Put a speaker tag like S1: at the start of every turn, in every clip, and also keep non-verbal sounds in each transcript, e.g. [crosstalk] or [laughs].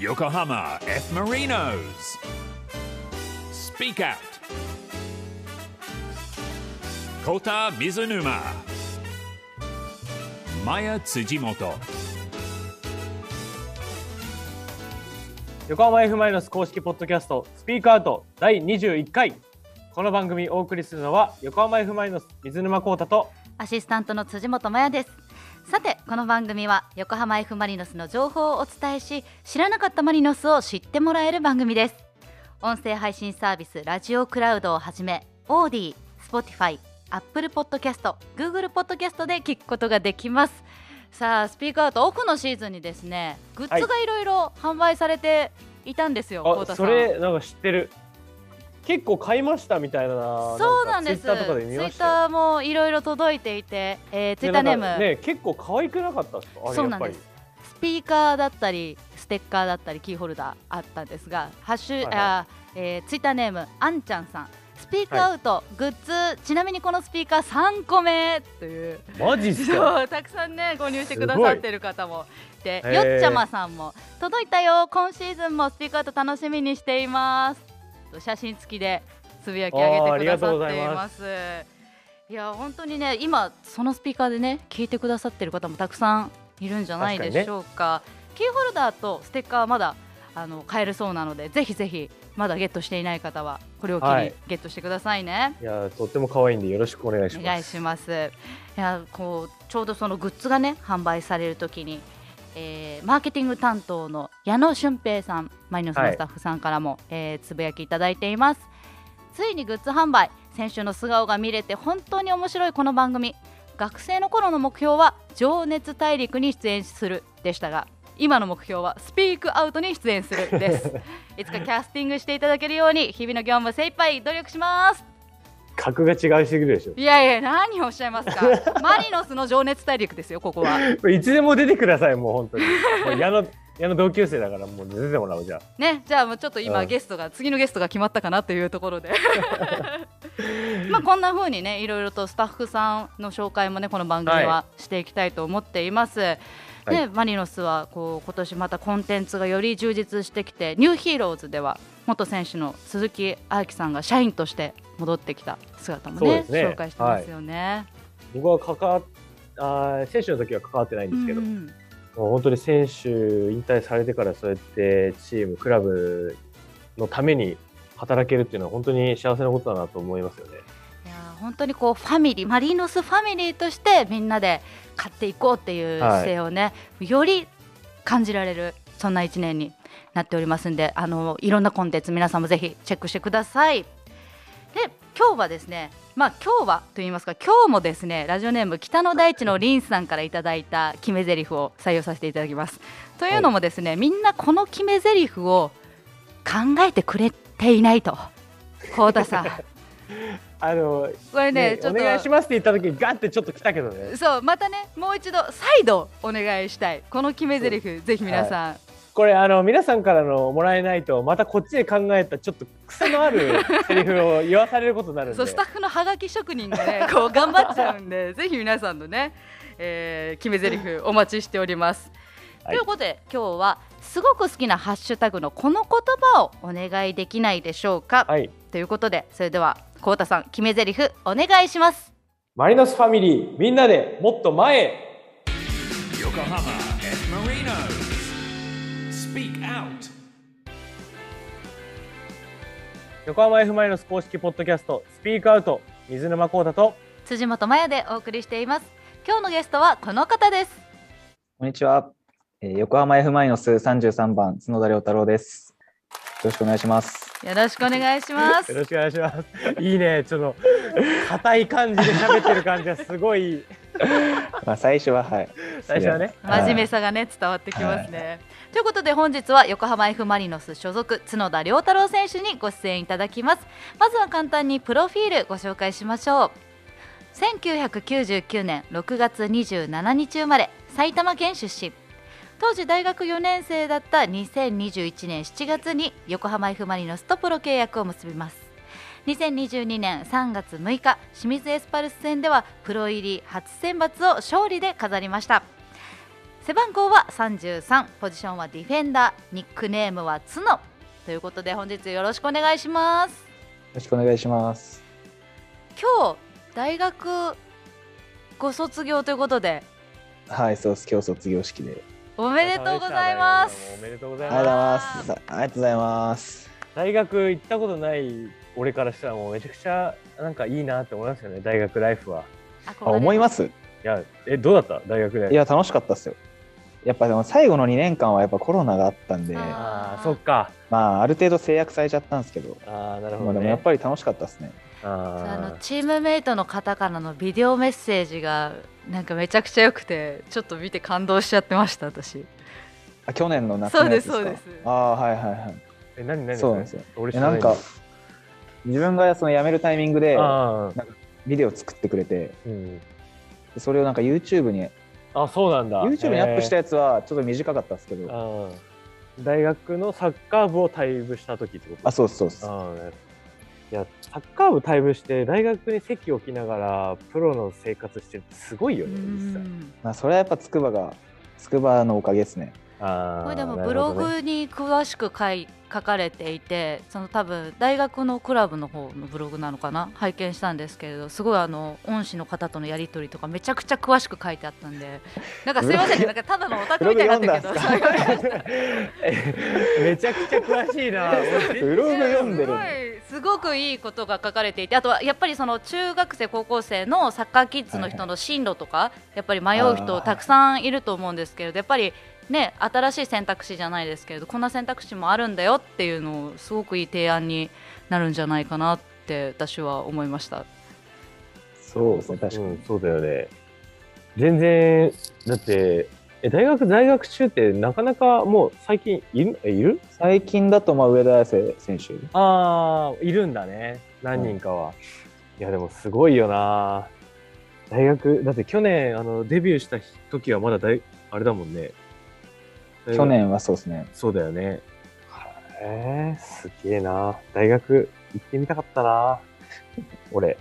S1: Yokohama F. Marinos. Speak Out. Kota Mizunuma. Maya Tsujimoto.
S2: 横浜 F ・マイナス公式ポッドキャストスピークアウト第21回この番組お送りするのは横浜 F ・マイナス水沼宏太と
S3: アシスタントの辻本麻也です。さて、この番組は横浜 F ・マリノスの情報をお伝えし、知らなかったマリノスを知ってもらえる番組です。音声配信サービスラジオクラウドをはじめ、オーディ、スポティファイ、アップルポッドキャスト、グーグルポッドキャストで聞くことができます。さあ、スピークアウト、奥のシーズンにですね、グッズがいろいろ販売されていたんですよ、浩
S2: あ
S3: 太さ
S2: そ
S3: ん。
S2: れなんか知ってる結構買いましたみたいな
S3: そうなんです。
S2: ツイッターとかで見まし
S3: ツイッ
S2: たよ
S3: ターもいろいろ届いていて、えー、ツイッター
S2: で
S3: ネ
S2: な
S3: ー
S2: んか
S3: ム、
S2: ね結構可愛くなかったですかあれ
S3: そう
S2: や
S3: な
S2: っ
S3: ん
S2: ぱ
S3: で
S2: り
S3: すスピーカーだったりステッカーだったりキーホルダーあったんですがハッシュ、
S2: はいはい
S3: あえーツイッターネームあんちゃんさんスピークアウト、グッズちなみにこのスピーカー3個目という
S2: マジっすか
S3: そうたくさんね購入してくださってる方もい
S2: へ
S3: て
S2: ー
S3: よっちゃまさんも届いたよ今シーズンもスピークアウト楽しみにしていますと写真付きでつぶやき上げてくださっていますいや本当にね今そのスピーカーでね聞いてくださってる方もたくさんいるんじゃないでしょうかキーホルダーとステッカーはまだあの買えるそうなのでぜひぜひまだゲットしていない方はこれを機
S2: は
S3: に
S2: い
S3: ゲットしてくださいね、
S2: いやとっても可愛いんでよろしくお願いし
S3: お
S2: ま
S3: 願い
S2: す
S3: します。いやこうちょうどそのグッズがね販売されるときに、えーマーケティング担当の矢野俊平さんマリノスのスタッフさんからも、えーつぶやきいただいています。ついにグッズ販売先週の素顔が見れて本当に面白いこの番組学生の頃の目標は「情熱大陸」に出演するでしたが今の目標は「スピークアウト」に出演するです
S2: [laughs]
S3: いつかキャスティングしていただけるように日々の業務精一杯努力します
S2: 格が違いすぎるでし
S3: いやいや、何をおっしゃいます
S2: [laughs]
S3: か。マリノスの情熱大陸ですよ、ここは。
S2: ょいつでも出てくださいもう本当にもう矢野矢野同級生だからもう出てもらおうじゃあ
S3: ね、じゃあ、もうちょっと今、
S2: うん
S3: ゲストが、次のゲストが決まったかなというところ
S2: [laughs]
S3: で。まあ、こんな風にね、いろいろとスタッフさんの紹介もね、この番組はしていきたいと思っています。
S2: い
S3: で、マリノスは、こう、今年またコンテンツがより充実してきて、ニューヒーローズでは。元選手の鈴木愛樹さんが社員として戻ってきた姿も
S2: そうで
S3: ね
S2: すね
S3: 紹介してますよね。
S2: 僕は関わっあー選手の時は関わってないんですけど、
S3: うんうん
S2: もう本当に選手引退されてからそうやってチームクラブのために働けるっていうのは本当に幸せなことだなと思いますよね。
S3: いやー本当にこうファミリーマリーノスファミリーとしてみんなで勝っていこうっていう姿勢をね、より感じられるそんな1年になっておりますんであのいろんなコンテンツ皆さんもぜひチェックしてください。で今日はですねまあ今日はと言いますか今日もですねラジオネーム北の大地のリンさんからいただいた決め台詞を採用させていただきます。というのもですねみんなこの決め台詞を考えてくれていな
S2: [laughs]
S3: いと。幸田さん
S2: あの、
S3: これね
S2: ね
S3: ちょ
S2: お
S3: っと
S2: 願いしますって言った時にガッてちょっと来たけどね
S3: そうまたねもう一度再度お願いしたいこの決め台詞ぜひ皆さん、
S2: これあの皆さんからのもらえないとまたこっちで考えたちょっと癖のあるセリフを言わされることになるんで
S3: そうスタッフのハガキ職人がねこう頑張っちゃうんでぜひ皆さんのね、えー、決め台詞お待ちしております。
S2: はい
S3: ということで今日はすごく好きなハッシュタグのこの言葉をお願いできないでしょうか、
S2: はい
S3: ということでそれではこうたさん決め台詞お願いします。
S2: マリノスファミリーみんなでもっと前へ
S1: Yokohama F. Marinos. Speak Out.
S2: 横浜 F ・マリノス公式ポッドキャストスピークアウト水沼宏太と
S3: 辻本麻也でお送りしています。今日のゲストはこの方です。
S4: こんにちは。えー横浜 F マイノス三十三番角田良太郎です。よろしくお願いします。
S3: よろしくお願いします
S2: よ。ろしくお願いします。いいね、ちょっと硬い感じで喋ってる感じがすごいいい。
S4: まあ最初ははい。
S2: 最初はね
S4: はい
S3: 真面目さがね伝わってきますね。ということで本日は横浜 F ・マリノス所属角田良太郎選手にご出演いただきますまずは簡単にプロフィールご紹介しましょう1999年6月27日生まれ埼玉県出身当時大学4年生だった2021年7月に横浜 F ・マリノスとプロ契約を結びます2022年3月6日清水エスパルス戦ではプロ入り初選抜を勝利で飾りました背番号は33ポジションはディフェンダーニックネームは角ということで本日よろしくお願いします
S4: ろしくお願いします。
S3: 今日大学ご卒業ということで
S4: はい、そうです。今日卒業式で。
S3: おめでとうございます
S2: おめでとうござい
S4: あり
S2: ま
S4: が
S2: す
S4: とうございます。ありがとうございます。
S2: 大学行ったことない俺からしたらもうめちゃくちゃなんかいいなって思いますよね大学ライフは
S4: あ思いますす。
S2: いやえどうだった大学で
S4: いや、楽しかったですよ。やっぱでも最後の2年間はやっぱコロナがあったんで、
S2: あ
S3: あ
S2: あそっか
S4: まあある程度制約されちゃったんですけど、
S2: ああなる
S4: まあでもやっぱり楽しかったですね。
S3: あの
S2: あ
S3: チームメイトの方からのビデオメッセージがなんかめちゃくちゃ良くてちょっと見て感動しちゃってました私
S4: あ去年の夏のやつですか
S3: そうですそうです
S4: ああはいはいはい
S2: ーえ何何
S4: そうなんですよ
S2: 俺
S4: えなんか自分がその辞めるタイミングで
S2: ああ
S4: ビデオ作ってくれて
S2: うん
S4: それをなんか YouTube に
S2: あそうなんだ
S4: YouTube にアップした
S2: へ
S4: やつはちょっと短かったんですけ
S2: ー
S4: ど
S2: あー大学のサッカー部を退部した時ってこと
S4: あそうですそうです
S2: ああいやサッカー部退部して大学に席置きながらプロの生活してるってすごいよ
S3: う
S2: ね実際
S3: ん
S4: まあそれはやっぱ筑波が筑波のおかげですね
S2: あー
S3: これでも
S2: な
S3: ブ
S2: るほ
S3: ロ
S2: どね
S3: グに詳しく書い書かれていてその多分大学のクラブの方のブログなのかな拝見したんですけれどすごいあの恩師の方とのやり取りとかめちゃくちゃ詳しく書いてあったんでなんかすいませんねなんかただのオタクみたいになってるけど
S4: ブログ読んだんす
S2: めちゃくちゃ詳しいな。
S3: [laughs]
S4: ブログ読ん
S3: す
S4: でる
S3: ごいすごくいいことが書かれていてあとはやっぱりその中学生高校生のサッカーキッズの人の進路とか、やっぱり迷う人たくさんいると思うんですけれどやっぱりね新しい選択肢じゃないですけれどこんな選択肢もあるんだよっていうのをすごくいい提案になるんじゃないかなって私は思いました。
S4: そうですね確か
S2: う
S4: に
S2: ん、そうだよね。全然、だって、え大学在学中ってなかなかもう最近いるえいる
S4: 最近だとまあ上田綺世選手
S2: ああ、いるんだね。何人かは。いや、でもすごいよな。大学、だって去年、あの、デビューした時はまだ大、あれだもんね。
S4: 去。年はそうで
S2: [laughs]
S4: すね
S2: そうだよね。えー、すげえな。大学行ってみたかったな。 [laughs] 俺。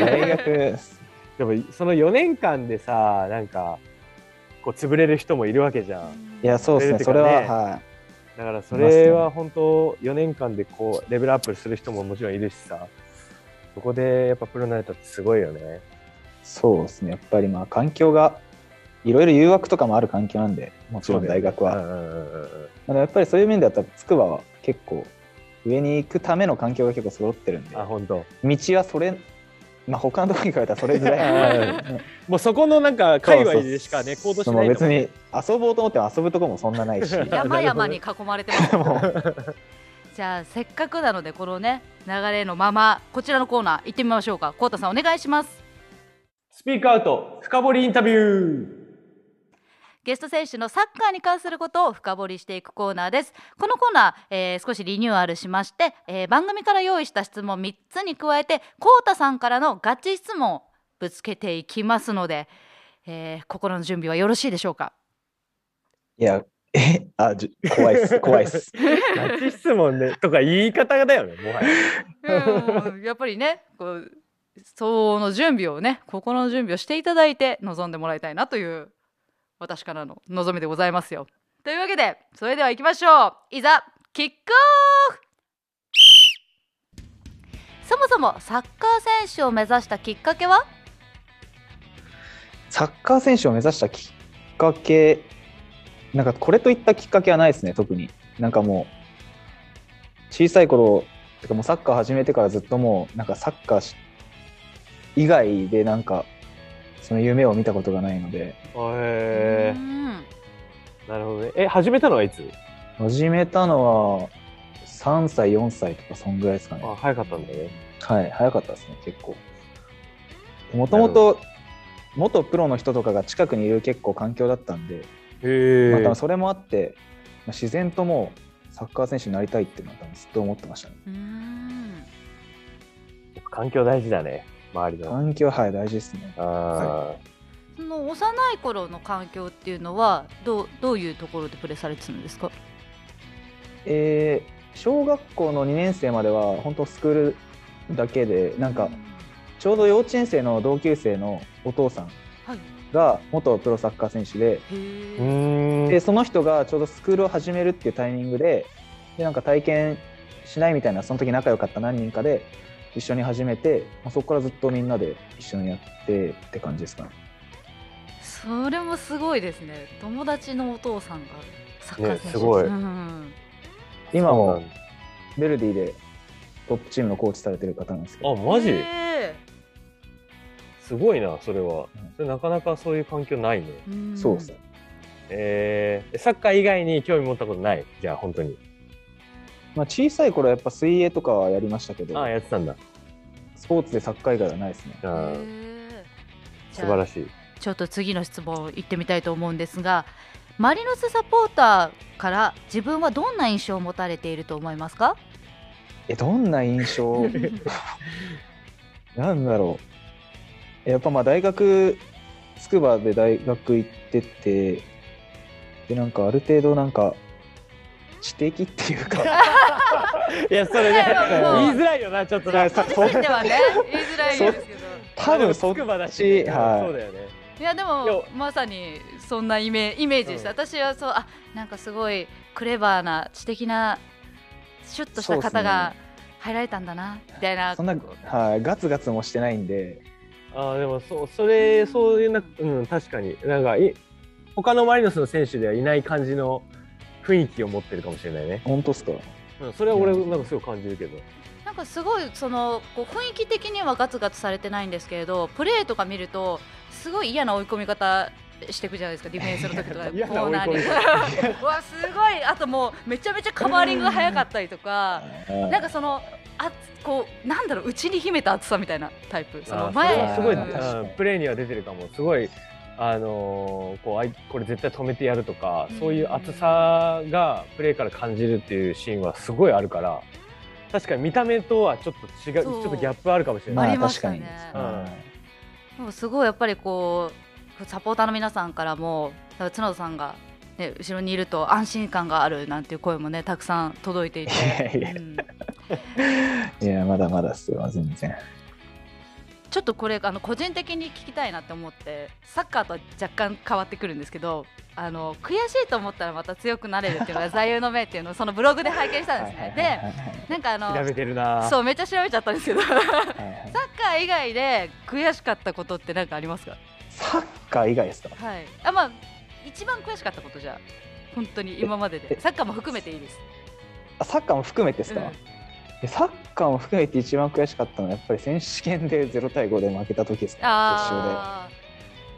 S4: 大学
S2: でもその4年間でさなんかこう潰れる人もいるわけじゃん
S4: いやそうですねそれははい
S2: だからそ
S4: います
S2: れ
S4: ね
S2: は本当4年間でこうレベルアップする人ももちろんいるしさそこでやっぱプロになれたってすごいよね
S4: そうですねやっぱりまあ環境がいろいろ誘惑とかもある環境なんでもちろん大学は、
S2: うんうんうんうん
S4: まあやっぱりそういう面では多分筑波は結構上に行くための環境が結構揃ってるんで
S2: あ本当
S4: 道はそれ [laughs] まあ他のところに比べたらそれづ [laughs] らいうん
S2: もうそこのなんか界隈でしかね
S4: そ
S2: 行動
S4: うそ
S2: し
S4: うそう
S2: ない
S4: 別に遊ぼうと思っても遊ぶとこもそんなないし
S3: 山々に囲まれてます [laughs]
S4: もう
S3: じゃあせっかくなのでこのね流れのままこちらのコーナー行ってみましょうかこうたさんお願いします
S2: スピークアウト深掘りインタビュー
S3: ゲスト選手のサッカーに関することを深掘りしていくコーナーです。このコーナー、えー少しリニューアルしまして、えー番組から用意した質問3つに加えて、コウタさんからのガチ質問をぶつけていきますので、えー心の準備はよろしいでしょうか。
S4: いやえあじ怖いっ [laughs] す怖いっす
S2: [laughs] ガチ質問ねとか言い方だよねもはや
S3: うんやっぱりね、こう相応の準備をね、心の準備をしていただいて臨んでもらいたいなという私からの望みでございますよ。というわけで、それでは行きましょう。いざキックオフ。そもそもサッカー選手を目指したきっかけは？
S4: サッカー選手を目指したきっかけなんかこれといったきっかけはないですね特になんかもう小さい頃てかもうサッカー始めてからずっともうなんかサッカーし以外でなんかその夢を見たことがないので
S2: へ
S3: うん
S2: えなるほどねえ始めたのはいつ
S4: 始めたのは3歳4歳とかそんぐらいですかね
S2: あ早かったんだね
S4: はい早かったですね結構もともと元プロの人とかが近くにいる結構環境だったんで
S2: へえ
S4: まあ、多分それもあって、まあ自然ともうサッカー選手になりたいっていうのは多分ずっと思ってましたね。
S3: うん
S2: 環境大事だね周りの
S4: 環境はい大事ですね。
S2: あー、
S3: その幼い頃の環境っていうのはどうどういうところでプレーされてたんですか？
S4: えー小学校の2年生までは本当スクールだけでなんかちょうど幼稚園生の同級生のお父さん
S3: はい。
S4: が元プロサッカー選手で
S2: う
S3: へえ
S2: ーん
S4: でその人がちょうどスクールを始めるっていうタイミングででなんか体験しないみたいなその時仲良かった何人かで一緒に始めて、まあ、そこからずっとみんなで一緒にやってって感じですかね。
S3: それもすごいですね友達のお父さんがサッカー選手
S2: ねすごい
S3: うん
S4: 今も
S2: あ
S4: ヴェルディでトップチームのコーチされてる方なんですけど
S2: マジ
S3: へ
S2: すごいなそれは
S4: うん
S2: それなかなかそういう環境ないね
S3: えん
S4: そうですね
S2: えー、サッカー以外に興味持ったことないじゃあ本当に
S4: まあ、小さい頃はやっぱ水泳とかはやりましたけど
S2: ああやってたんだ
S4: スポーツでサッカー以外はないですね
S2: あー
S3: へえじ
S2: 素
S3: ゃあ
S2: 晴らしい
S3: ちょっと次の質問行ってみたいと思うんですがマリノスサポーターから自分はどんな印象を持たれていると思いま
S2: [laughs]
S3: すか
S4: えどんな印
S3: [laughs]
S4: 象なんだろうやっぱまあ大学筑波で大学行っててでなんかある程度なんか知的っていうか
S3: [laughs]
S2: [laughs] いやそれね
S3: いやもう
S2: 言いづらいよなちょっとな
S4: そ
S3: 個人ではね言いづらいですけど
S4: 多分そっ
S2: 筑波だし
S4: ち、
S2: そう
S4: は
S2: だよね
S3: いやでも
S2: いや
S3: まさにそんなイメイメージでした、
S2: うん
S3: 私はそうあなんかすごいクレバーな知的なシュッとし
S4: そう
S3: た
S4: っすね、
S3: 方が入られたんだな、みたいない
S4: そんな、はい、ガツガツもしてないんで
S2: ああでもそうそれそういうなうん確かになんかい他のマリノスの選手ではいない感じの雰囲気を持ってるかもしれないね、
S4: 本当っすか
S2: うん、それは俺なんかすごい感じるけど
S3: なんかすごいそのこう雰囲気的にはガツガツされてないんですけれどプレーとか見るとすごい嫌な追い込み方していくじゃないですかディフェンスの時とか
S2: [laughs] 嫌な追い込み
S3: コーナーに [laughs] うわすごいあともうめちゃめちゃカバーリングが早かったりとか。
S4: はい
S3: なんかそのあこうなんだろう内に秘めた熱さみたいなタイプそ
S2: あ
S3: の
S2: ー
S3: 前
S2: れはすごい、
S4: う
S2: うん
S4: 確かに
S2: ん、プレーには出てるかもすごいあのーこうあいこれ絶対止めてやるとか、
S3: うん
S2: そういう熱さがプレーから感じるっていうシーンはすごいあるから確かに見た目とはちょっと違うち
S3: そう
S2: ょっとギャップあるかもしれ
S4: ま
S2: ない、
S3: あ
S4: あ
S3: りまし
S4: 確
S3: た
S4: か
S3: ね
S4: に、は
S3: でもすごいやっぱりこうサポーターの皆さんからもだから角田さんが、ね、後ろにいると安心感があるなんていう声もねたくさん届いてい
S4: い
S2: [laughs]
S4: い
S3: て、
S4: やいや
S3: うん
S4: いやまだまだっすよ全然
S3: ちょっとこれあの個人的に聞きたいなって思ってサッカーとは若干変わってくるんですけどあの悔しいと思ったらまた強くなれるっていうの
S2: [laughs]
S3: が座右の銘っていうのをそのブログで拝見したんですね。でなんかあの
S2: 調べてるな
S3: そうめっちゃ調べちゃったんですけど [laughs] サッ
S4: で、はいはい
S3: カー以外で悔しかったことって何かありますか
S4: サッカー以外ですか
S3: はい。あ、まあ、一番悔しかったことじゃあ。本当に今までで、サッカーも含めていいです。
S4: あサッカーも含めてですか、
S3: うん
S4: でサッカーも含めて一番悔しかったのはやっぱり選手権で0対5で負けた時ですね決勝
S3: あ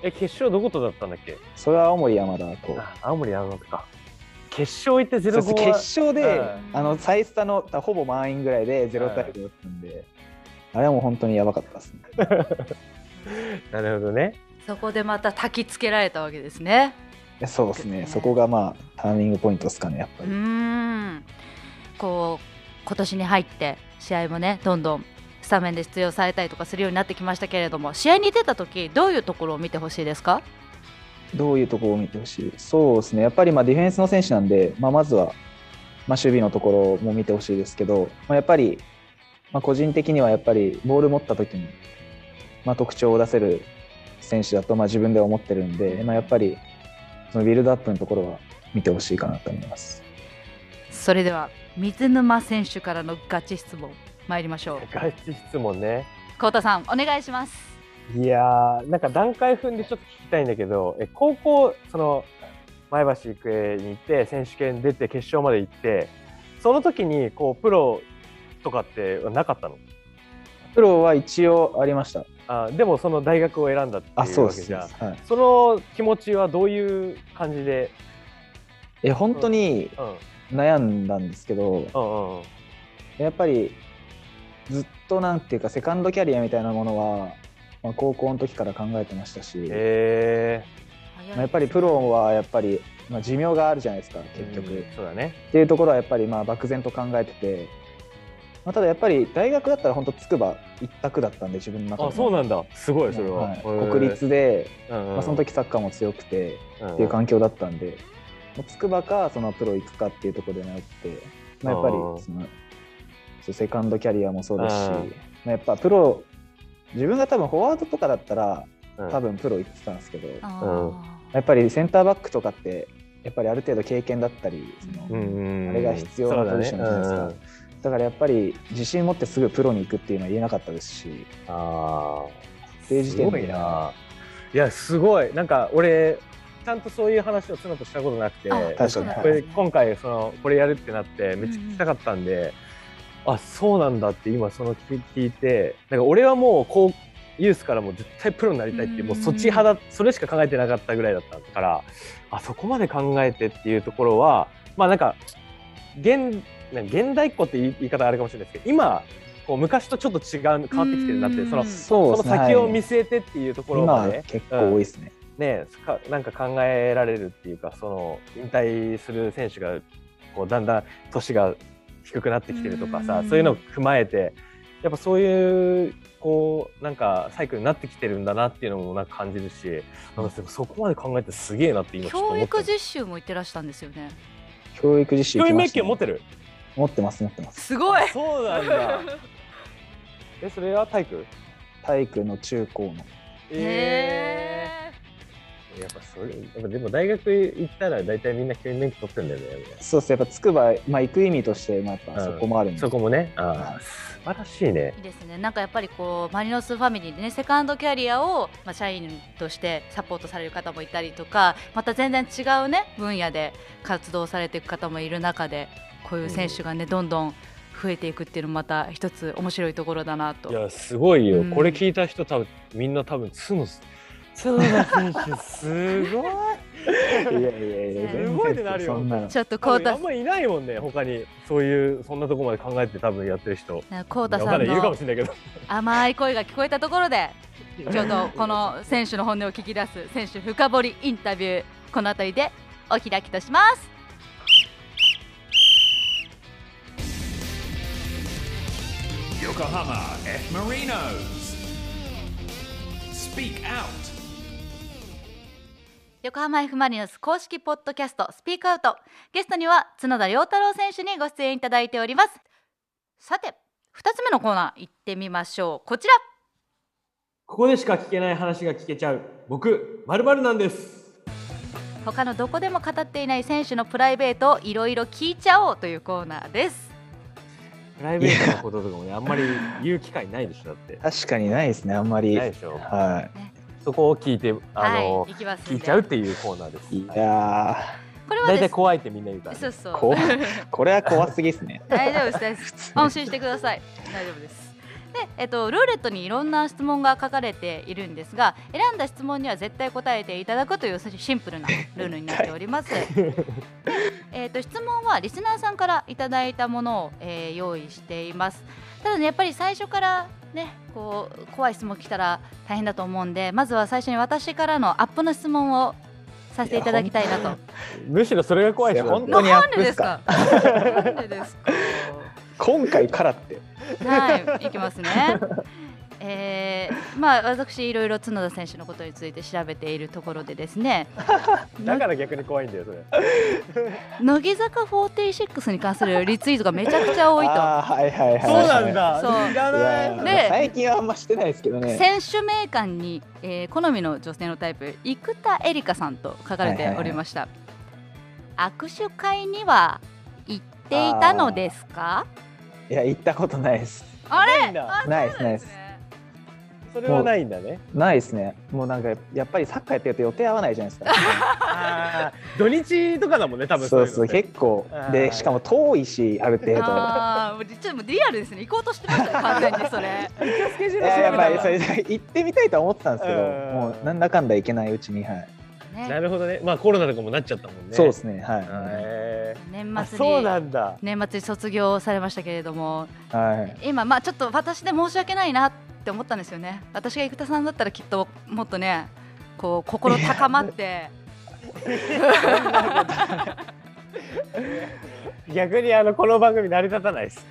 S3: ー
S2: え決勝どことだったんだっけ
S4: でそれは青森山田と
S2: あ青森山手か決勝行ってゼ
S4: そ
S2: ロ
S4: して
S2: 五
S4: 決
S2: は
S4: 勝で、
S3: うん
S4: あの最スタのほぼ満員ぐらいで0対5だったんで、あれはもう本当にやばかったですね
S2: なるほどね
S3: そこでまた焚きつけられたわけですね。
S4: いやそうですね
S3: ね
S4: そこがまあターニングポイントですかねやっぱ
S3: う
S4: り、
S3: ーん。こう、今年に入って、試合もね、どんどん。スタメンで出場されたりとかするようになってきましたけれども試合に出た時どういうところを見てほしいですか
S4: どういうところを見てほしいそうですねやっぱりまあディフェンスの選手なんで、まあ、まずはまあ守備のところも見てほしいですけど、まあ、やっぱりまあ個人的にはやっぱりボール持った時にまあ特徴を出せる選手だとまあ自分では思ってるんで、まあ、やっぱりそのビルドアップのところは見てほしいかなと思います。
S3: それでは水沼選手からのガチ質問参りましょう
S2: ガチ質問ね
S3: 浩太さんお願いします
S2: いやーなんか段階踏んでちょっと聞きたいんだけどえ高校その前橋育英に行って選手権出て決勝まで行ってその時にこうプロとかってなかったの
S4: プロは一応ありました。
S2: あでもその大学を選んだって
S4: あ、
S2: いう
S4: そう
S2: わ
S4: で
S2: け
S4: す。
S2: じゃん
S4: はい、
S2: その気持ちはどういう感じで、
S4: え本当に
S2: うん、うん
S4: 悩んだんですけど、
S2: うんうん
S4: やっぱりずっとなんていうかセカンドキャリアみたいなものは、まあ、高校の時から考えてましたし、
S2: え
S4: まあ、やっぱりプロはやっぱり、まあ、寿命があるじゃないですか
S2: ー、
S4: 結局、
S2: うん
S4: っ
S2: そうだね
S4: ていうところはやっぱりまあ漠然と考えてて、まあ、ただやっぱり大学だったら本当筑波一択だったんで自分の中で
S2: あそうなんだすごいそれは、
S4: はい
S2: へー
S4: 国、立で、
S2: うんうん
S4: まあ、その時サッカーも強くてっていう
S2: じ、
S4: 環境だったんで、もう筑波かそのプロ行くかっていうところで迷って、まあ、やっぱり
S2: うん
S4: そのそうセカンドキャリアもそうです
S2: う
S4: し、
S2: ん
S4: まあ、やっぱプロ自分が多分フォワードとかだったら
S2: うん
S4: 多分プロ行ってたんですけど、や
S3: あ
S4: っぱりセンターバックとかってやっぱりある程度経験だったりその、
S2: うんうんうん
S4: あれが必要なポジションじゃないですか
S2: そうだね
S4: だからやっぱり自信持ってすぐプロに行くっていうのは言えなかったですし
S2: うんああ
S4: っていう時
S2: す
S4: 点
S2: ご
S4: で
S2: いないやすごいなんか俺ちゃんとそういう話を妻としたことなくて
S3: あ
S4: 確かに
S2: これ
S3: はい
S2: 今回そのこれやるってなってめっちゃ聞きたかったんで、あそうなんだって今その聞聞いてなんか俺はもうこうユースからも絶対プロになりたいっていうもうそっち派だそれしか考えてなかったぐらいだったからあそこまで考えてっていうところはまあなんか現なんか現代っ子って言い言い方あれかもしれないですけど今こう昔とちょっと違う変わってきてるなって
S3: うん
S2: そのそ
S4: そ
S2: の
S4: うですね
S2: 先を見
S4: はい
S2: 据えてっていうところ
S4: 今
S2: ま
S4: は
S2: で
S4: 結構多いですね、
S2: ね、かなんか考えられるっていうかその引退する選手がこうだんだん年が低くなってきてるとかさ
S3: うん
S2: そういうのを踏まえてやっぱそういうこうなんかサイクルになってきてるんだなっていうのもなんか感じるしなんかでもそこまで考えてすげえなって今ちょっと
S3: 教
S2: 思って
S3: 育
S2: る
S3: 実習も行ってらしたんですよね。
S4: 教育実習行
S2: 教
S4: き
S2: 員
S4: ま
S2: 免
S4: した
S2: 許
S4: ね
S2: 持ってる
S4: 持ってます持ってます
S3: すごい。
S2: そうなんだ [laughs] えそれは体育
S4: 体育の中高の
S3: [laughs] へえ。
S2: えやっぱそれやっぱでも大学行ったら大体みんな教員免許取ってんだよね
S4: そうですねやっぱつくば、まあ、行く意味として、まあ、やっぱそこもあるんで、
S2: そこもねあ
S4: は
S2: ー素晴らしいね
S3: いいですね。なんかやっぱりこうマリノスファミリーでねセカンドキャリアをまあ社員としてサポートされる方もいたりとか、また全然違うね分野で活動されていく方もいる中で、こういう選手がね、どんどん増えていくっていうのもまた一つ面白いところだなと。
S2: いやすごいよ、
S3: うん
S2: これ聞いた人多分みんな多分角角田選手すごい
S4: [laughs]
S2: [laughs]
S4: いやいやいや
S3: す
S2: ごいってなるよ
S4: そんなの
S3: ちょっとコ
S2: 多
S3: ー
S2: 分あ
S3: タ
S2: んまいないもんね他にそういうそんなとこまで考えて多分やってる人
S3: コータ
S2: わ
S3: さ
S2: か
S3: ん
S2: ないいるか
S3: の
S2: もしれないけど
S3: 甘い声が聞こえたところでちょっとこの選手の本音を聞き出す選手深掘りインタビューこの辺りでお開きとします
S1: Yokohama F. Marinos. Speak Out.
S3: 横浜 F ・マリノス公式ポッドキャストスピークアウトゲストには角田良太郎選手にご出演いただいておりますさて2つ目のコーナー行ってみましょうこちら
S2: ここでしか聞けない話が聞けちゃう僕まるまるなんです
S3: 他のどこでも語っていない選手のプライベートをいろいろ聞いちゃおうというコーナーです
S2: プライベートのこととかもねあんまり言う機会ないでしょだって
S4: 確かにないですねあんまり
S2: ないでしょ
S4: は
S2: そこを聞いてあの、
S3: はい、行きますんで
S2: 聞いちゃうっていうコーナーです
S4: いいや
S3: これは
S2: 大
S3: で
S2: 体
S3: す
S2: 怖いってみんな言うからね、
S3: そうそう
S4: ーここれは怖すぎですね
S3: 大丈夫です。安心してください。大丈夫です。で、えっと、ルーレットにいろんな質問が書かれているんですが、選んだ質問には絶対答えていただくというシンプルなルールになっております。でえっと、質問はリスナーさんからいただいたものを、えー用意しています。ただね、やっぱり最初からね、こう怖い質問来たら大変だと思うんで、まずは最初に私からのアップの質問をさせていただきたいなと。
S2: むしろそれが怖いでしょ
S4: いや本
S2: だっ
S4: 当にア
S3: なん
S4: ッ
S3: で
S4: プ
S3: で
S4: っ
S3: す
S4: す
S3: か
S4: か。
S3: なんでですか。
S4: 今回からって
S3: はい、いきますね。えー、まあ私いろいろ角田選手のことについて調べているところでですね
S2: てだから逆に怖いんだよそれ
S3: 乃木坂46に関するリツイートがめちゃくちゃ多いと
S4: あーはいはいはい
S2: そうなんだ
S3: そう
S2: 知ら
S4: いや
S2: ない
S4: ー
S3: で
S4: 最近はあんましてないですけどね
S3: 選手名鑑に、えー好みの女性のタイプ生田絵梨花さんと書かれておりました、握手会には行っていたのですか
S4: いや行ったことないです
S3: あれ
S2: ないんだ
S4: ないですないです
S2: それはないんだね
S4: ないですねもうなんかやっぱりサッカーやってると予定合わないじゃないですか
S2: あー土日とかだもんね多分
S4: そう
S2: い
S4: そ
S2: の
S4: う
S2: って
S4: 結構
S2: あー
S4: でしかも遠いしある程度
S3: あーもうちょっともうリアルですね行こうとしてましたね完全にそれ
S2: スケジュ
S4: い
S2: ール調べ
S4: やや
S2: た
S4: っ
S2: んだ
S4: ぱりそれ行ってみたいとは思ってたんですけど
S2: うん
S4: もうなんだかんだいけないうちにはい
S3: ね
S2: なるほどねまあコロナとかもなっちゃったもんね
S4: そうですねはい
S2: へ
S3: 年
S2: ーあ
S3: 末
S2: そう
S3: に
S2: なんだ
S3: 年末に卒業されましたけれども
S4: はい
S3: 今まあちょっと私で申し訳ないなって思ったんですよね私が生田さんだったらきっともっとねこう心高まって
S2: 逆にあのこの番組成り立たないです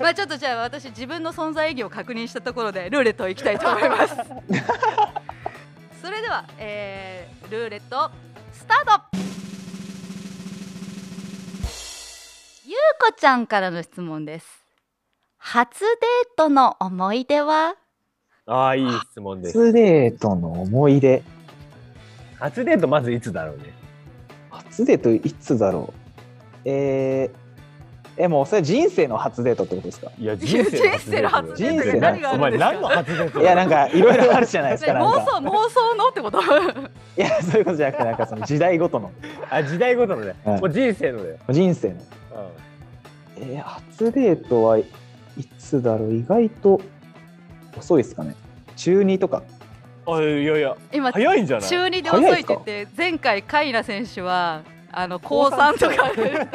S3: まあちょっとじゃあ私自分の存在意義を確認したところでルーレットいきたいと思いますそれでは、えールーレットスタートゆうこちゃんからの質問です初デートの思い出は
S2: ああ、いい質問です。
S4: 初デートの思い出。
S2: 初デート、まずいつだろうね。
S4: 初デートいつだろうえー、え、もうそれ人生の初デートってことですか
S2: いや、
S3: 人生の初デート
S2: だよ
S4: 人生の初デート何が
S2: お前、
S3: ある
S2: 何
S3: んですか
S2: の初デート
S4: いや、なん
S2: か、
S4: かいろいろあるじゃない
S2: [laughs]
S4: ですか。
S3: 妄
S4: なんか
S3: 想妄想のってこと [laughs]
S4: いや、そういうことじゃなくて、なんかその時代ごとの、
S2: あ、時代ごとのね。
S4: うん
S2: もう人生のだよ。
S4: 人生の。えー、初デートはいつだろう意外と遅いですかね。中2とか。
S2: [laughs] うん。あ、いやいや、
S3: 今
S2: 早いんじゃない
S3: 中二で遅いって言って前回カイナ選手はあの高三とかで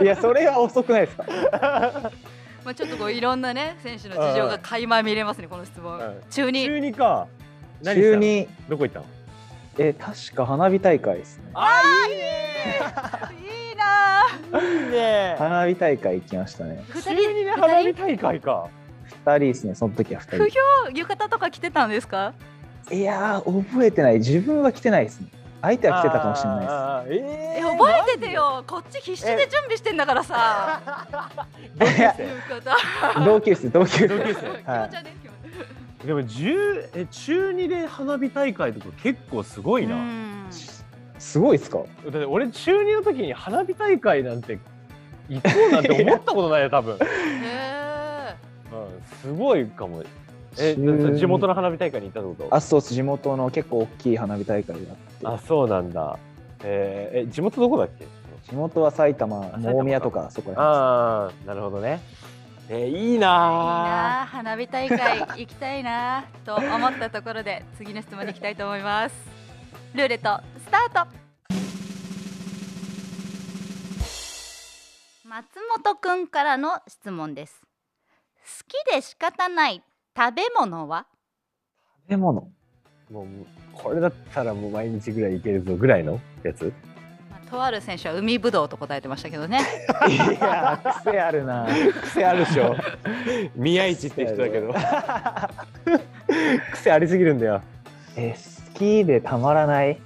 S4: いや、それは遅くないですか。
S3: [laughs] まあちょっとこういろんなね選手の事情が垣間見れますねこの質問
S2: うん
S3: 中二
S2: 中二か。何したの
S4: 中2、
S2: どこ行ったの
S4: えー、確か花火大会ですね。
S2: あ
S3: いいなあ
S2: いいね
S4: 花火大会行きましたね。
S3: 二人
S2: 中二で花火大会か。
S4: 2人ですね、その時は
S3: 不
S4: 2
S3: 評浴衣とか着てたんですか
S4: 人。いやー、覚えてない。自分は来てないですね。相手は来てたかもしれない
S2: ないです。え
S3: え
S2: え
S3: 覚えててよこっち必死で準備してんだからさ
S4: です。
S3: 浴衣
S4: いや同級生、同級生。
S2: 同級
S3: 気持
S2: 生
S3: ち
S4: はい
S3: 悪い気持ち
S2: でも10え中2で花火大会とか結構すご
S3: 悪
S2: い
S3: い
S2: な、
S3: うん
S4: すごいですか。
S2: だって俺中2の時に花火大会なんて行こうなんて思ったことないよ多分、
S3: へ
S2: うん、すごいかもえ
S4: 中二
S2: 地元の花火大会に行ったってこと
S4: あ、そうです。地元の結構大きい花火大会があって。
S2: あそうなんだえーえ地元どこだっけ
S4: 地元は埼玉
S2: あ、埼玉か
S4: 大宮とか、そこら辺で
S2: ああなるほどねえーいい
S3: ーいいな
S2: な
S3: あ花火大会行きたいなあと思ったところで次の質問に行きたいと思いますルーレットスタート松本くんからの質問です好きで仕方ない食べ物は
S4: す。食べ物。
S2: ーもうこれだったらもう毎日ぐらい行けるぞぐらいのやつ
S3: まあとある選手は海ぶどうと答えてましたけどね
S4: いやー、癖あるな。
S2: 癖あるでし [laughs] ょ宮市って人だけど癖ありすぎるんだよ
S4: えー、好きでたまらない。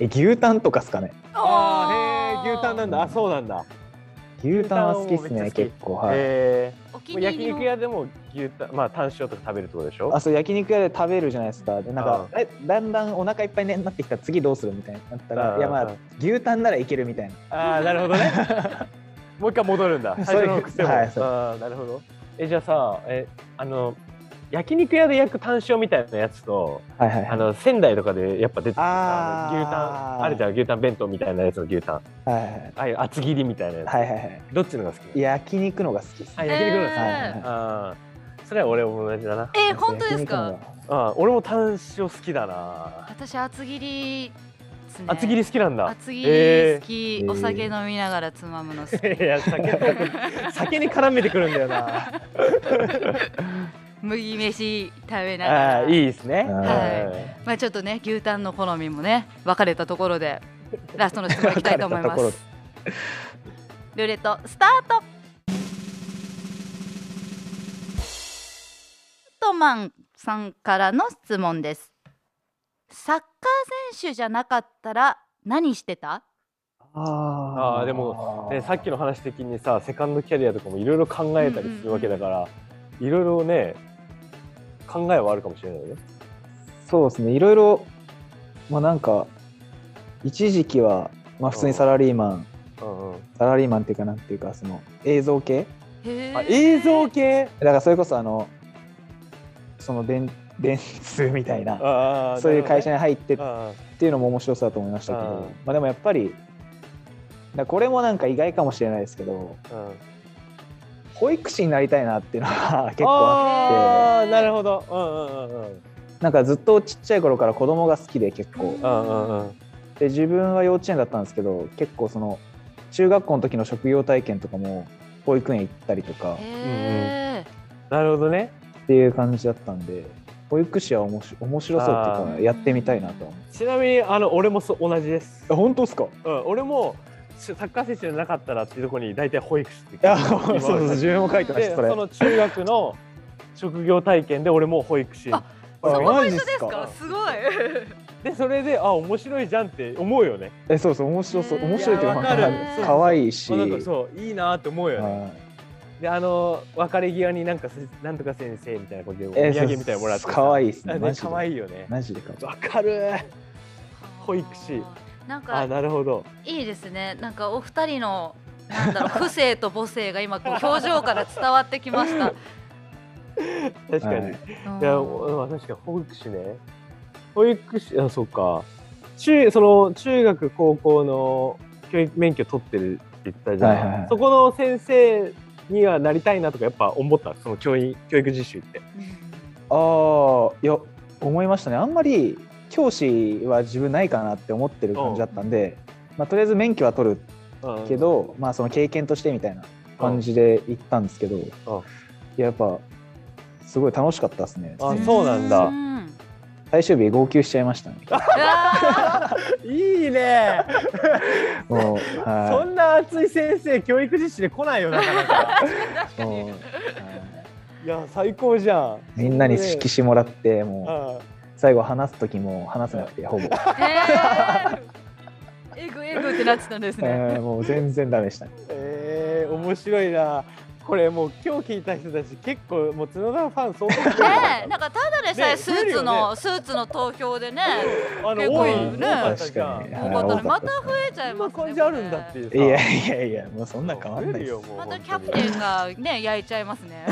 S4: え、牛タンとかですかね。
S2: あーへえ牛タンなんだあそうなんだ
S4: 牛タンは好きです
S2: 牛タンもめっちゃ好
S4: ね。
S2: き
S4: 結構、はい。
S2: へ
S3: お
S2: え
S3: 気
S2: もう
S3: に入
S2: 焼
S3: りの
S2: 肉屋でも牛タンまあタン塩とか食べるってことでしょ
S4: あそう焼肉屋で食べるじゃないですかでなんかえだんだんお腹いっぱいになってきたら次どうするみたいになった
S2: う
S4: ら
S2: ん
S4: いやま
S2: う
S4: あ
S2: ん
S4: 牛タンならいけるみたいな
S2: あーなるほどね [laughs] もう一回戻るん [laughs] だ最初の癖も
S4: そういうはいそう
S2: あーなるほどえじゃあさえあの焼肉屋で焼くタン塩みたいなやつと
S4: はいはい
S2: あ
S4: はい
S2: の仙台とかでやっぱ出てくるさ
S4: あー
S2: 牛タンあるじゃん牛タン弁当みたいなやつの牛タン
S4: はいはい
S2: ああいう厚切りみたいなやつ、
S4: はいはいはい
S2: どっちのが好き
S4: 焼肉のが好きです
S2: あ焼肉のが好き、
S3: えー
S4: はいはい
S2: あーそれは俺も同じだな
S3: えー本当です
S4: 焼肉の
S3: か
S4: が
S2: あ俺もタン塩好きだな
S3: 私厚切りですね
S2: 厚切り好きなんだ
S3: 厚切
S2: え
S3: り好き、
S4: ー
S3: お酒飲みながらつまむの
S2: [laughs]
S3: 好き
S2: ー [laughs] いや酒酒に絡めてくるんだよな
S3: 麦飯食べなが
S2: あー
S3: ら
S2: いいですね
S3: はまあちょっとね牛タンの好みもね分かれたところでラストの質問いきたいと思いま
S4: 分かれ
S3: すルーレットスタートトマンさんからの質問ですサッカー選手じゃなかったら何してた
S4: あ
S2: あーでもね、さっきの話的にさセカンドキャリアとかもいろいろ考えたりするわけだから、いろいろね考えはあるかもしれないよね。
S4: そうですねいろいろまあなんか一時期はまあ普通にサラリーマン
S2: うんうん、
S4: サラリーマンっていうかなんていうかその映像系
S3: へー
S2: あ映像系
S4: だからそれこそあのその電 [laughs] 電通みたいな
S2: あー
S4: そういう会社
S2: な
S4: に入ってっ
S2: るほどね
S4: ていうのも面白さだと思いましたけ
S2: うん
S4: どまあでもやっぱりだからこれもなんか意外かもしれないですけど
S2: うんうん
S4: 保育士になりたいなっていうのは [laughs] 結構あ
S2: あ
S4: っ
S2: ーなるほど。うんうんうんうん
S4: てなんかずっとちっちゃい頃から子供が好きで結構
S2: うんうんうん。
S4: で自分は幼稚園だったんですけど結構その中学校の時の職業体験とかも保育園行ったりとか
S3: へー
S2: なるほどね。
S4: っていう感じだったんで保育士は面白面白そうっていう
S3: あ
S4: か
S3: ー
S4: やってみたいなとは思
S2: ちなみにあの俺もそう同じです。
S4: う本当ですか
S2: うん、俺もサッカー選手じゃなかったらっていうところに大体保育士って
S4: い [laughs] や
S2: 今
S4: そうそうそう自分も書いてまし
S2: でそ
S4: たそれ
S2: の中学の職業体験で俺も保育士
S3: あそ
S4: あ
S3: こも
S4: マ
S3: 一緒
S4: ジ
S3: で
S4: っ
S3: すす
S4: か
S3: かすごい
S2: でそれであ面白いじゃんって思うよね。
S4: えそうそう面白そう面白いっていうか
S2: いや
S4: まあ
S2: わかる
S4: なんか可愛いし
S2: あなんかそういいなって思うよね。
S4: はい
S2: であの別れ際になんかせなんとか先生みたいなことでお
S4: えー
S2: 土産みたいなのもらって
S4: そう可愛い
S2: で
S4: っ
S2: す
S4: すねマジで
S2: 可愛いよね
S4: マジでか
S2: わかる保育士
S3: なん
S2: あ
S3: か
S2: なるほど
S3: いいですねなんかお二人のなんだろう [laughs] 不正と母性が今こう表情から伝わってきました、
S2: 確かに、、
S4: はいい
S2: や
S3: うん
S2: まあ確かに保育士ね保育士あそうか中その中学高校の教育免許取ってるって言ったじゃん、
S4: はいはいはい
S2: そこの先生にはなりたいなとかやっぱ思ったその教員教育実習って
S4: ああいや思いましたねあんまり教師は自分ないかなって思ってる感じだったんで、まあ、とりあえず免許は取る
S2: うん
S4: けど、まあ、その経験としてみたいな感じで行ったんですけど、いややっぱすごい楽しかったですね
S2: あそうなんだ
S3: ん
S4: 最終日号泣しちゃいましたね
S3: うわ
S2: いいね [laughs]
S4: もう
S2: そ
S4: は
S2: んな熱い先生教育実習で来ないよなかな
S4: [laughs]
S2: か
S4: いもうはい
S2: いや最高じゃん
S4: みんなに色紙もらって
S2: う
S4: も
S2: ん
S4: う最後話す時も話せなく
S2: [laughs]
S4: てほぼ、
S3: ーえーえぐえぐってなってたんですね、
S4: えーもう全然ダメでしたね
S2: えー、面白いなこれもう今日聞いた人たち結構もう角田ファン相当多い
S3: ねえなんかただでさえ
S2: ね
S3: スーツの、スーツの投票でね
S2: あの
S3: 結構
S2: 多い
S3: ね
S2: 多かった
S4: 確
S2: じゃ
S4: か
S2: ん
S4: に
S3: 多かったねまた増
S4: え
S3: えちゃい
S2: こんな
S3: ますね
S2: 感じあるんだって
S3: こ
S2: いうさ
S4: いやいやいやもうそんな変わん
S2: 増
S4: ない
S2: え
S4: で
S2: る
S4: す
S2: よ [laughs] もう
S3: れまたキャ
S2: 本
S3: プ
S2: 当に
S3: テンがね焼いちゃいますね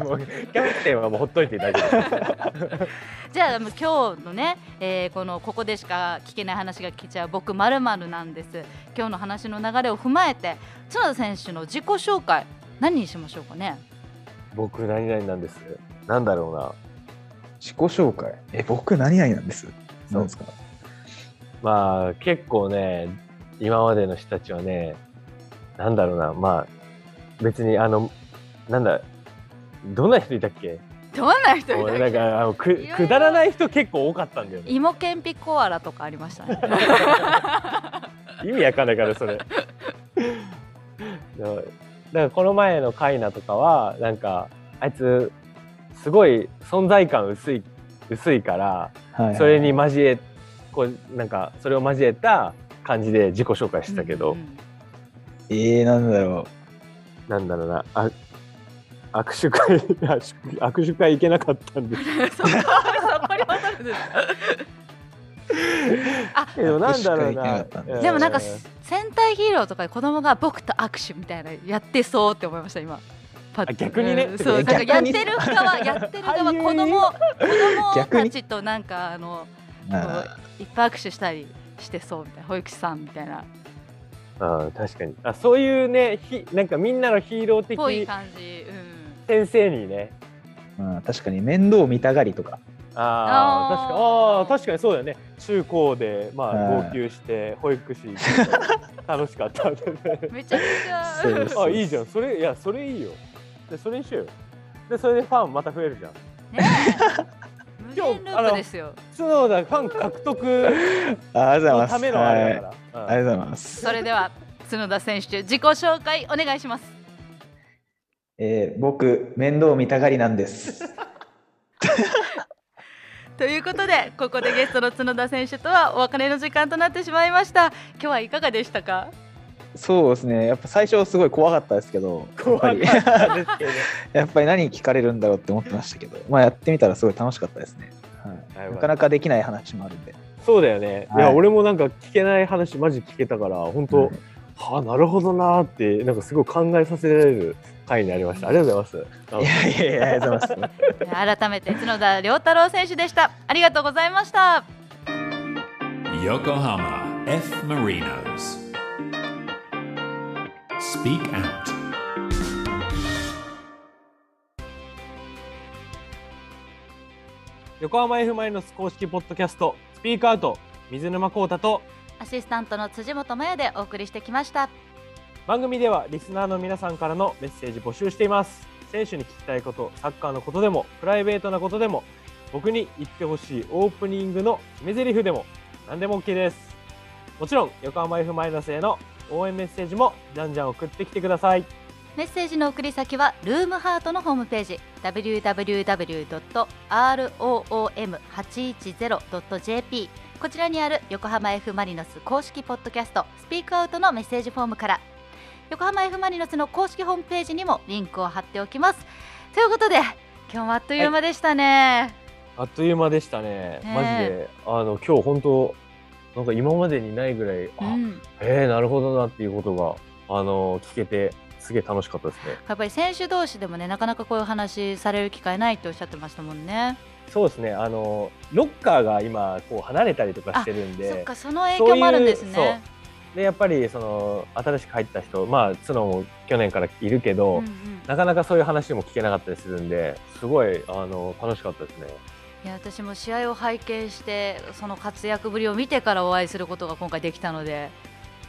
S2: もうキャプテンはもうほっといて大丈夫
S3: じゃあもう今日のね、えーこのここでしか聞けない話が聞けちゃう僕まるまるなんです今日の話の流れを踏まえて角田選手の自己紹介何にしましょうかね
S2: 僕何々なんですなんだろうな
S4: 自己紹介え僕何々なんですなんですか
S2: まあ結構ね今までの人たちはねなんだろうなまあ別にあのなんだどんな人いたっけ
S3: どんな人い
S2: 俺
S3: た
S2: な
S3: っ
S2: ん
S3: け
S2: かあのく
S3: いろいろ
S2: くだらない人結構多かったんだよね
S3: 芋けんぴコアラとかありましたね
S2: 意味わかんないからそ
S4: [laughs]
S2: れだからだからこの前のカイナとかはなんかあいつすごい存在感薄い薄いから
S4: はい
S2: それに交えこうなんかそれを交えた感じで自己紹介してたけど、
S3: うんうん
S4: えー、なんだろ
S2: なんだろうな、あ握手会握手握手会 [laughs] 行けなかったんです
S3: [laughs] そこそこに渡るんです
S2: けど、なんだろうな。
S4: 握手会行けなかったんだ
S2: う
S3: でもなんか戦隊ヒーローとかで子供が僕と握手みたいなやってそうって思いました今。パッ
S2: あ逆にね
S3: うんそうなんかや
S4: 逆
S3: って
S4: に
S3: る側
S2: [laughs]
S3: やってる側
S2: 俳優
S3: 子供子供
S4: 逆
S3: た
S4: に
S3: ちとなんかあの
S4: う
S3: こ
S4: あ
S3: ういっぱい握手したりしてそうみたいな保育士さんみたいな
S2: うん、確かに。あ、そういうね、ひ、なんかみんなのヒーロー
S3: ぽい
S2: 的
S3: 感じ。うん
S2: 先生にね。
S4: ーまあ確かに面倒見たがりとか
S2: ああ、確かに。あ
S3: あー
S2: あー、確かにそうだよね。中高で、まあ、
S4: うん
S2: 号泣して、保育士。楽しかった。
S3: めちゃ
S4: そ
S3: くちゃ
S4: うです
S2: あ、いいじゃん。それ、いや、それいいよ。で、それにしようよ。で、それでファンまた増えるじゃん。
S3: ねえ無限ループですよ。
S2: そうだ、ファン獲得
S4: あーありがとうござい
S2: の
S4: ます
S2: ためのあれだ
S4: はい
S2: から。うん
S4: ありがとうございます
S3: それでは角田選手自己紹介お願いします。
S4: えー、僕面倒見たがりなんです
S3: ということでここでゲストの角田選手とはお別れの時間となってしまいました今日はいかがでしたか
S4: そうですねやっぱ最初すごい怖かったですけどやっぱり [laughs]
S2: ですけどね
S4: やっぱり何聞かれるんだろうって思ってましたけどまあやってみたらすごい楽しかったですね、は
S2: はい
S4: い、なかなかできない話もあるんで
S2: そうだよね、い、
S4: は
S2: や
S4: い
S2: 俺もなんか聞けない話マジ聞けたから本当、
S4: はい
S2: はあなるほどなーってなんかすごい考えさせられる回になりましたありがとうございます
S4: [laughs] いやいやいやありがとうございます
S3: 改めて角田良太郎選手でしたありがとうございました
S1: Yokohama F. Marinos. Speak Out.
S2: 横浜 F ・マリノス公式ポッドキャストスピークアウト水沼宏太と
S3: アシスタントの辻本真也でお送りしてきました
S2: 番組ではリスナーの皆さんからのメッセージ募集しています選手に聞きたいことサッカーのことでもプライベートなことでも僕に言ってほしいオープニングの決め台詞でも何でも OK ですもちろん横浜 F ・マリノスへの応援メッセージもじゃんじゃん送ってきてください
S3: メッセージの送り先はルームハートのホームページ www.room810.jp こちらにある横浜 F ・マリノス公式ポッドキャストスピークアウトのメッセージフォームから横浜 F ・マリノスの公式ホームページにもリンクを貼っておきます。ということで今日はあっという間でしたね。
S2: あっという間でしたね。
S3: ね
S2: マジで、あの、今日本当、なんか今までにないぐらい、あ、
S3: うん
S2: えー、なるほどなっていうことが、あの、聞けて、すげえ楽しかったですね。
S3: やっぱり選手同士でもねなかなかこういう話される機会ないっておっしゃってましたもんね。
S2: そうですね、あの、ロッカーが今、こう離れたりとかしてるん
S3: そっ
S2: で、
S3: かその影響もあるんです
S2: そういう
S3: ね。
S2: で、やっぱり、その、新しく入った人、まあ、角も去年からいるけど、
S3: うんうん
S2: なかなかそういう話も聞けなかったりするんで、すごい、あの、楽しかったですね。
S3: いや私も試合を拝見してその活躍ぶりを見てからお会いすることが今回できたので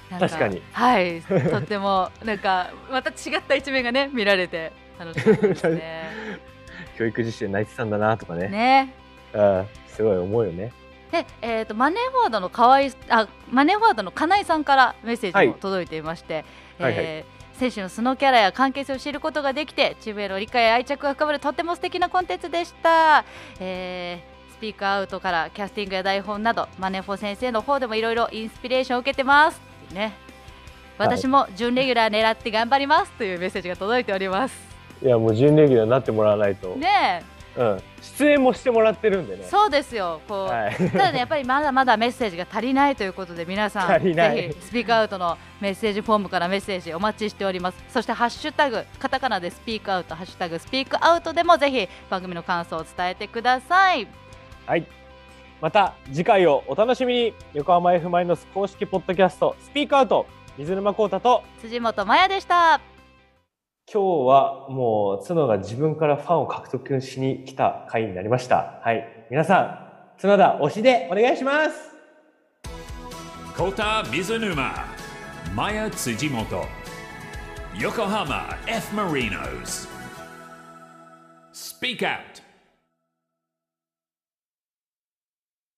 S3: なん
S2: 確かに
S3: はいとってもなんかまた違った一面がね見られて楽しかったですね
S2: [laughs] 教育実習で泣いてたんだなとかね、
S3: ね
S2: あーすごい思うよね。
S3: で、えー、とマネーフォワードの河合あマネーフォワードの金井さんからメッセー
S2: は
S3: ジ
S2: い
S3: も届いていまして、
S2: はいはい
S3: えー選手の素のキャラや関係性を知ることができてチームへの理解や愛着が深まるとても素敵なコンテンツでした、えースピークアウトからキャスティングや台本などマネフォ先生の方でもいろいろインスピレーションを受けてますね
S2: はい
S3: 私も準レギュラー狙って頑張りますというメッセージが届いております
S2: いやもう準レギュラーになってもらわないと、
S3: ね
S2: うん、出演もしてもらってるんで
S3: え
S2: ね。
S3: そうですよこう、
S2: はい、
S3: ただね、やっぱりまだまだメッセージが足りないということで、皆さん、
S2: 足りない
S3: ぜひスピークアウトのメッセージフォームからメッセージお待ちしております。そして、ハッシュタグ、カタカナでスピークアウト、ハッシュタグスピークアウトでもぜひ番組の感想を伝えてください。
S2: はい、また次回をお楽しみに横浜 F ・マイノス公式ポッドキャストスピークアウト水沼宏太と
S3: 辻本麻也でした。
S2: 今日はもう角が自分からファンを獲得しに来た回になりました。はい、皆さん角田推しでお願いします。
S1: Kota Mizunuma, Maya Tsujimoto, Yokohama F Marinos. Speak Out.